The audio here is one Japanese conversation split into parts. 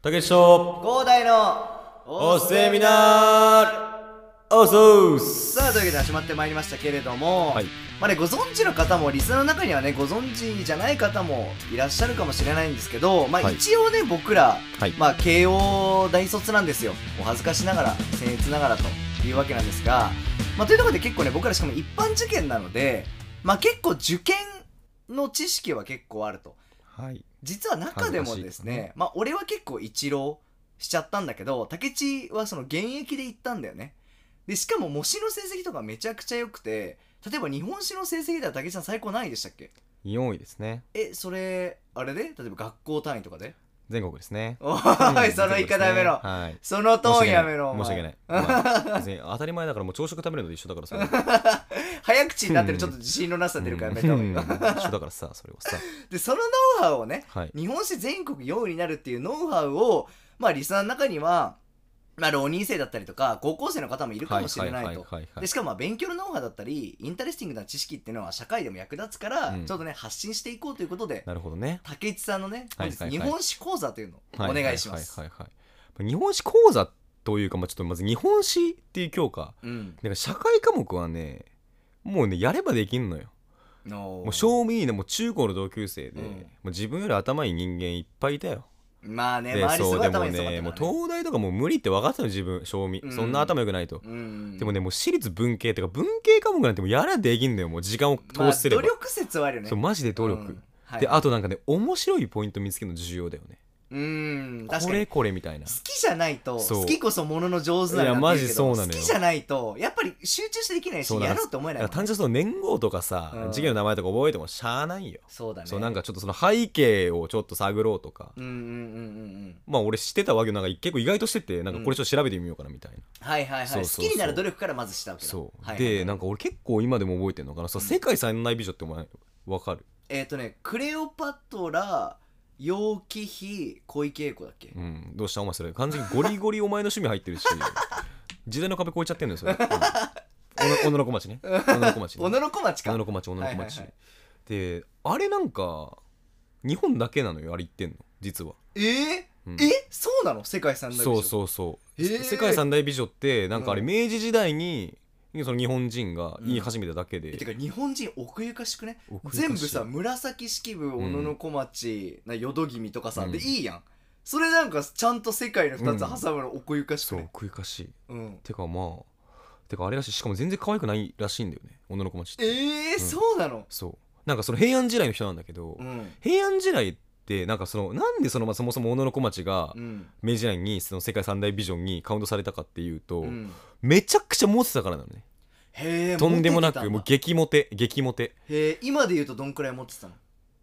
たけしと、広大のおセミナーおそうっすさあというわけで始まってまいりましたけれども、はいまあね、ご存知の方もリスナーの中にはねご存知じゃない方もいらっしゃるかもしれないんですけど、まあ、はい一応ね、僕ら、はいまあ、慶応大卒なんですよお恥ずかしながら僭越ながらというわけなんですが、まあ、というところで結構ね僕らしかも一般受験なので、まあ、結構受験の知識は結構あるとはい。実は中でもです恥ずかしいね、まあ俺は結構一浪しちゃったんだけど武智はその現役で行ったんだよねでしかも模試の成績とかめちゃくちゃ良くて例えば日本史の成績では武智さん最高何位でしたっけ4位ですね。えそれあれで例えば学校単位とかで全国ですね。おはい その言い方やめろ、はい。そのトーンやめろ申し訳ないい。申し訳な いまあ別に当たり前だからもう朝食食べるのと一緒だからさ。早口になってるちょっと自信のなさ出るからやめた方がいいうんわ一緒だからさ、それはさ。でそのノウハウをねはい。日本史全国4位になるっていうノウハウを、まあ、リスナーの中には、まあ、浪人生だったりとか高校生の方もいるかもしれないと。はいはでい。しかもまあ勉強のノウハウだったりインタレスティングな知識っていうのは社会でも役立つから、うんちょっとね発信していこうということでなるほどね。竹内さんのねは本い日はいは日い本史講座というのをはお願いしますは。いはいはいはい。日本史講座というか、まあちょっとまず日本史っていう教科。うんなんか社会科目はね、もうね、やればできんのよ。のもう正味のもう中高の同級生で、うんもう自分より頭いい人間いっぱいいたよ。まあねで周りすそうごいでも頭にそねかもっうたからね東大とかもう無理って分かってたの自分正味、うんそんな頭良くないと、うんでもねもう私立文系とか文系科目なんてもうやらできんのよもう時間をまあ通せれば、努力説はあるよねそうマジで努力、うんはいであとなんかね面白いポイント見つけるの重要だよねうん確こかにれこれみたいな好きじゃないとそう好きこそものの上手なんだいやっマて言うジけどそうなのよ好きじゃないとやっぱり集中してできないそしうだやろうと思えだないから単純にその年号とかさ、うん次元の名前とか覚えてもしゃあないよ、そうだねそうなんかちょっとその背景をちょっと探ろうとか、うんうんうんうんまあ俺知ってたわけよなんか結構意外としててなんかこれちょっと調べてみようかなみたいな、うんはいはいはそいう好そうそうきになる努力からまずしたわけだそう、はいはいはいでなんか俺結構今でも覚えてるのかな、さうん世界三大美女ってお前わかるえっとねクレオパトラ楊貴妃小池栄子だっけうん、どうしたお前それ完全にゴリゴリお前の趣味入ってる し時代の壁越えちゃってんのよそれ、うん、おの小町ね小野小町 ね小野の小町小か野小町小野小町、はいはいはいであれなんか日本だけなのよあれ言ってんの実は、えーうんえそうなの世界三大美そ女うそうそう、へー世界三大美女ってなんかあれうん明治時代にその日本人が言い始めただけで、えてか日本人奥ゆかしくね奥ゆかしい全部さ紫式部小野小町、な淀君とかさ、うんでいいやんそれなんかちゃんと世界の2つ挟むの奥ゆかしくそうね、食いかしいうんてかまあてかあれらしいしかも全然可愛くないらしいんだよね女の子町ってえーんそうなのそうなんかその平安時代の人なんだけど、うん平安時代ってなんかそのなんでその、まあ、そもそも小野小町がうん明治時代にその世界三大ビジョンにカウントされたかっていうと、うんめちゃくちゃモテたからなのねへえとんでもなモテてたくだもう激モテ激モテへえ今で言うとどんくらい持ってたの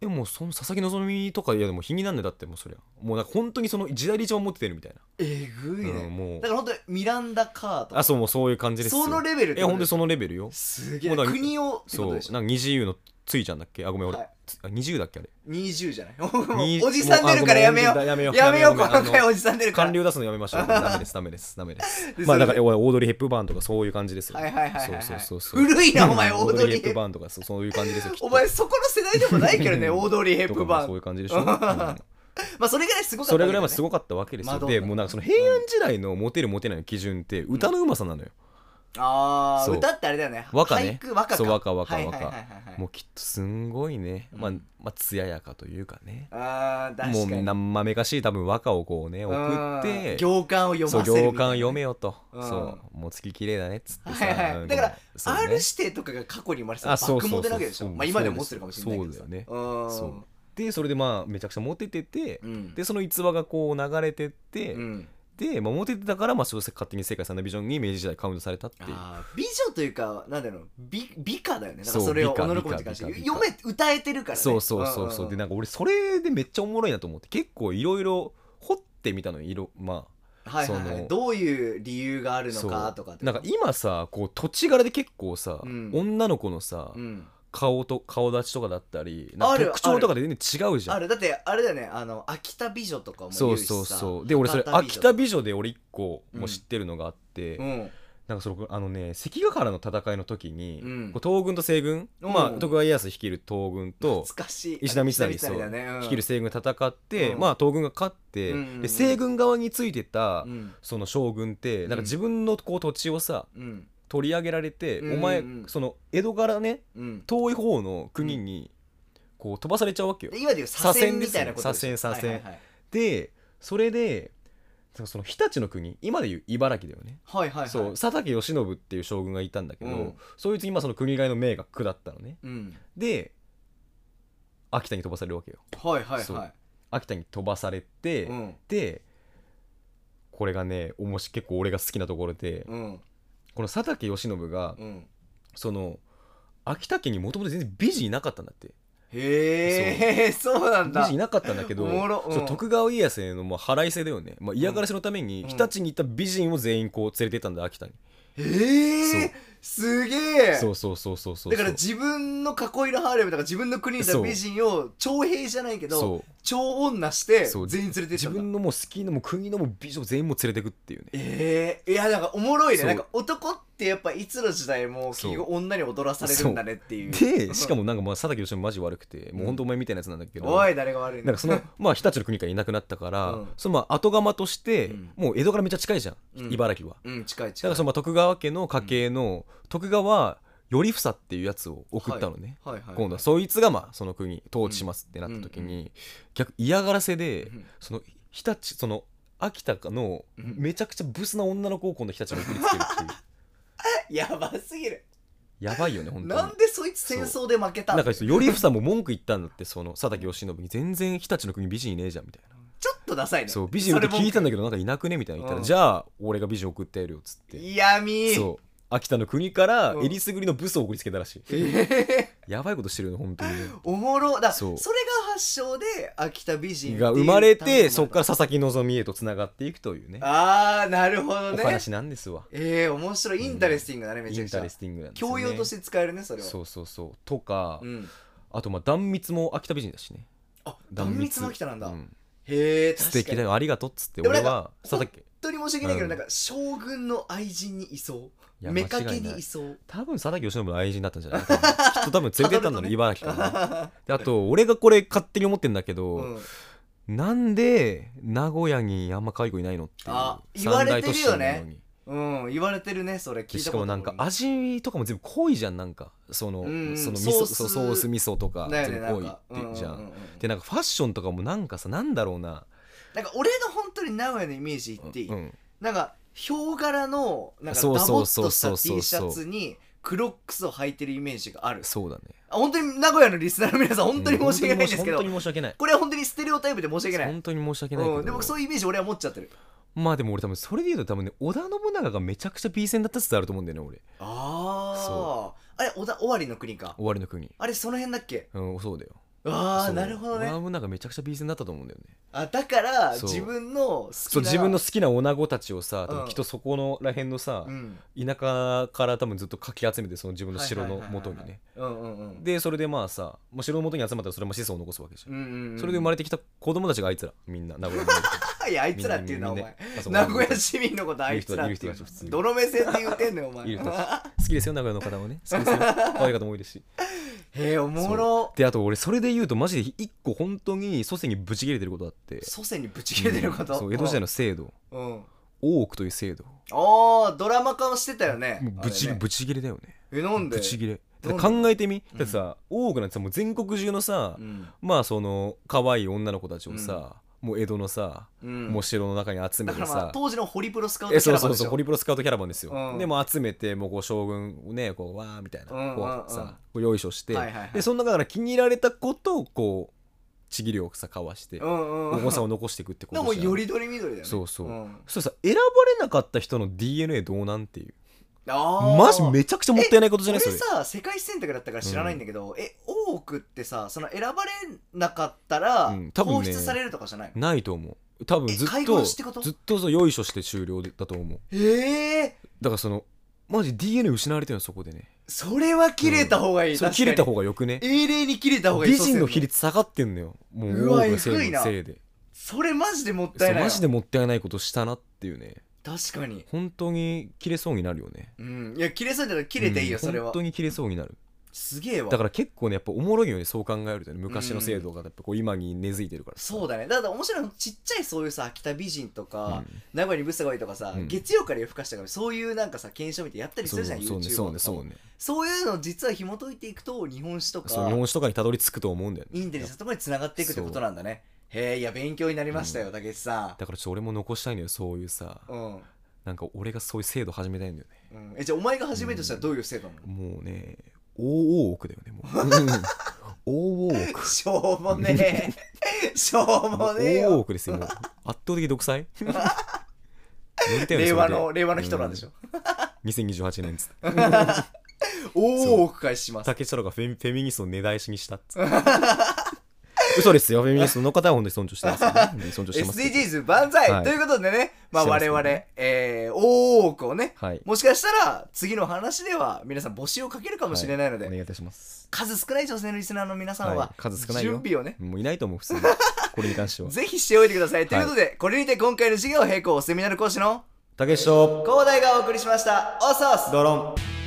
でもその佐々木希とかいやでも日になんねだってもうそりゃもうなんか本当にその時代で一番モテてるみたいなえぐいね、うんもうだから本当にミランダ・カーとかあそうもうそういう感じですよそのレベルっいてやこ本と当にそのレベルよすげえもうだから国をってこそうとなんでかしょ20のついちゃんだっけあごめん俺、はいつあ20だっけあれ20じゃない におじさん出るからやめよもうあうごめんやめようやめよう細あのかい おじさん出るから官僚出すのやめましょ う。ダメです、ダメです、ダメです。でまあそれだから、オードリー・ヘップバーンとかそういう感じですよ。はいはいはいはいはいそうそうそうそう。古い なお前うんオードリーヘップバーンとかそうそういう感じですよ。きっとお前そこの世代でもない けどねオード リー・ヘッとプかバもーそういンう感じでしょ。うんうんまあそれぐらいすごかったそれぐらいはすごごかったわけですマよ。ドンナで、もうなんかその平安時代のモテるモテないの基準って歌のうまさなのよ。ああそう歌ってあれだよね和歌ね俳句和歌かそう和歌和歌はい和はい歌はいはいもうきっとすんごいね、まあうん、まあ、艶やかというかね。あー確もうかになんまめかしい多分和歌をこうね、送ってうん、行間を読ませそうる行間読めよと、うんそうもう月綺麗だねっつってさ、はいはいうんだからそうね R 指定とかが過去に生まれてたあそう爆そうそうモテなわけでしょそうまあ今でも持ってるかもしれないけどさそうだよねんそうでそれでまあめちゃくちゃモテてて、うんでその逸話がこう流れてって、うんで、まあ、モテてたからまあ小説勝手に世界三大ビジョンに明治時代カウントされたっていうあー美女というかなんだろう美美歌だよねだからそうそれを美歌女の子に関して美歌美読歌め歌えてるからねそうそうそうそう、でんんなんか俺それでめっちゃおもろいなと思って結構いろいろ掘ってみたのよ色まはいはいはそいのどういう理由がああるのそうかとかってなんか今さこう土地柄で結構さ、うん女の子のさ、うん顔と顔立ちとかだったりなんあかる特徴とかで全然違うじゃんあるだってあれだよねあの秋田美女とかも言そううしさそうそうで俺それ博多美秋女田美女で俺一個もう知ってるのがあって、うんなんかそのあのね関ヶ原の戦いの時に、うんこう東軍と西軍、うんまあ、徳川家康率いる東軍と懐かしい石田三成石田だね、うん率いる西軍が戦って、うんまあ、東軍が勝って、うんうんうんで西軍側についてた、うんその将軍ってなんうんか自分のこう土地をさうん取り上げられて、うんうんお前その江戸からねうん遠い方の国にこう飛ばされちゃうわけよで。今でいう左左遷遷みですたいなねことでしょ左遷左遷はいはいでそれでその日立の国今でいう茨城だよね。はいはいはいはいそう佐竹義信っていう将軍がいたんだけど、うんそいつ今その国外の命が下ったのねうんで秋田に飛ばされるわけよはいはいそはう秋田に飛ばされて、いうんでこれがねおもし結構俺が好きなところで、うんこの佐竹義信が、うんその秋田家にもともと全然美人いなかったんだってへえそうなん美だ人いなかったんだけどおもろうんそう徳川家康へのもう腹いせだよね、まあ、嫌がらせのために、うん日立にいた美人を全員こう連れてったんだ秋田に、へそうえすげえそうそうそうそうそうだから自分の囲いのハーレムとか自分の国にいたそう美人を徴兵じゃないけそどう超女してそう全員連れてっ自ちゃうんだ分のもう好きなもう国のもう美女全員もう連れてくっていうねええいやなんかおもろいねそうなんか男ってやっぱいつの時代もそう結局女に踊らされるんだねっていうでしかもなんかまあ佐竹義信マジ悪くてもうほんとお前みたいなやつなんだけど、おい誰が悪いんだなんかそ のまあ日立の国からいなくなったから、うんそのまあ後釜として、うんもう江戸からめっちゃ近いじゃん、うん茨城はうん近いだか近いらそのまあ徳川家の家系の徳川頼房っていうやつを送ったのね、はいはい今度はそいつがまあその国統治しますってなった時に、逆嫌がらせで、うんその日立その秋田のうんめちゃくちゃブスな女の子を今度日立の国につけるって いうやばすぎるやばいよね本当になんでそいつ戦争で負けたなんのかちょ頼房も文句言ったんだってその佐竹義信に全然日立の国美人いねえじゃんみたいなっとダサいねそう美人って聞いたんだだけどなんかいなくねみたいな言ったら、うんじゃあ俺が美人送ってやるよっつって嫌味そう秋田の国からうんえりすぐりのブスを送りつけたらしい、ええやばいことしてるよね本当におもろだそそれうが発祥で秋田美人っていうが生まれ単語てそっから佐々木希へとつながっていくというねあーなるほどおね話なんですわええ面白いインタレスティングだね、めイちゃンくちタゃ、レスティングなんですよ教ね養として使えるねそれはそうそうそうとか、うん、あとまあ断蜜も秋田美人だしねあ断密の秋田なんだ、うへえ素確かに敵だよありがとうっつってでもな俺んかは佐竹本当に申し訳ないけど、うんなんか将軍の愛人にいそいうや目か間違けいないにいそう多分佐々木義信の愛人だったんじゃない多分きっと多分連れてっ たんだろう茨城からね、うであと俺がこれ勝手に思ってんだけど、ん、なんで名古屋にあんま可愛い子いないのっていうあ言われてる三大よね都市なのにうん、言われてるねそれで聞いしたかこもとなあんるか味とかも全部濃いじゃんなんかその,、うんその味ソ噌ースそうソース味噌とかだよ全ね部な濃いっんかてじゃん,、ううううんでなんかファッションとかもなんかさなんだろうななんか俺の本当に名古屋のイメージ言っていい、うんなんかヒョウ柄のなんかダそボうっそとうそうしそうそうた T シャツにクロックスを履いてるイメージがあるそうだねあ本当に名古屋のリスナーの皆さん本当に申し訳ないんですけど、本当に申し訳ないこれは本当にステレオタイプで申し訳ない本当に申し訳ないけど、うん、でもそういうイメージ俺は持っちゃってるまあでも俺多分それで言うと多分ね織田信長がめちゃくちゃ B 戦だったってあると思うんだよね俺あそああれおだ終わりの国か終わりの国あれその辺だっけうんそうだよああそうなるほどね織田信長めちゃくちゃ B 戦だったと思うんだよねあだからそう自分の好きそなう自分の好きな女子たちをさ、多分うんきっとそこのらへんのさ、うん田舎から多分ずっとかき集めてその自分の城の元にねうんうんうんでそれでまあさもう城の元に集まったらそれも子孫を残すわけじゃん、うんうんうんそれで生まれてきた子供たちがあいつらみんな名古屋にい やあいつらっていうのはおみんな前あそう名古屋市民のことあいつらっいるてい人たうち普通にどの目線で言ってんのよお前いる人へ好きですよ名古屋の方もね好きですよ可愛い方も多いですし えおもろであと俺それで言うとマジで一個本当に祖先にぶち切れてることあって祖先にぶち切れてること、うんそう江戸時代の制度うん、うん、大奥という制度おードラマ化をしてたよねもうぶちあれねぶち切れだよねえなんでぶち切れだってなんで考えてみだってさ大奥なんてさもう全国中のさうんまあその可愛い女の子たちをさもう江戸のさうんもう城の中に集めだかてらまあさ当時のホリプロスカウトえキャそうラバンそでうしそうょホリプロスカウトキャラバンですよ、うんでもう集めてもうこう将軍をねこうわーみたいな、うんこううんうんさこう用意書して、はいはいはいでその中から気に入られたことをこうちぎりをさかわして、うんうんうん重さを残していくってこでともじゃんよりどりみどりだよねそうそうんそしたらさ選ばれなかった人の DNA どうなんっていうあーマジめちゃくちゃもったいないことじゃないそ俺れさ世界選択だったから知らないんだけど、え多くってさその選ばれなかったらうん多分放ね出されるとかじゃないの、ないと思う多分ずっえ解と放してことずっとそう用意書して終了だと思うええだからそのマジ DNA 失われてるのそこでねそれは切れた方がいい、そう確か切にれた方がよくね英霊に切れた方がいい美人の比そう率下がってんのよもううわ大奥の制えぐい度なのせいでするのそれマジでもっそたういないわマジでもったいないことしたなっていうね確かに本当に切れそうになるよねうんいや切れそうだったら切れていいよ、うんそれは本当に切れそうになるすげえわだから結構ねやっぱおもろいよねそう考えるとね昔の制度がやっぱこう今に根付いてるからそうだねだから面白いのちっちゃいそういうさ秋田美人とか、うん名古屋にブサゴイとかさ、うん月曜から夜更かしとかそういうなんかさ検証みたいなやったりすそうるじゃんそうねそうね YouTuber とかそもうねそういうのを実は紐解いていくと日本史とそうか日本史とかにたどり着くと思うんだよねインテリジェンスとかにつながっていくってことなんだねへえいや勉強になりましたよ武井さだからちょっと俺も残したいのよそういうさんうん、うんなんか俺がそういう制度始めたいんだよねえじゃあお前が初めてしたらどういう制度なの、もうね大大奥だよねもううん 大大奥しょうもね えしょうもねえ大よ奥ですよもう圧倒的独 裁無理だよね令和そのれ令和の人なんでしょ、うん2028年っつっておおお返します竹下郎がフェミフェミニストを根絶やしにしたっつ って嘘ですよフェミニストの方は本当に尊重してますから ね、尊重してますけど SDGs 万歳、はいということでね、まあ、してます我ね々、えー、大奥をねはいもしかしたら次の話では皆さん募集をかけるかもしれないので、お願いいたします数少ない女性のリスナーの皆さんは、はい数少ないよ準備をねもういないと思う普 通にこれに関してはぜひしておいてください、ということでこれにて今回の授業を並行セミナル講師の竹下郎広大がお送りしましたオーソースドロン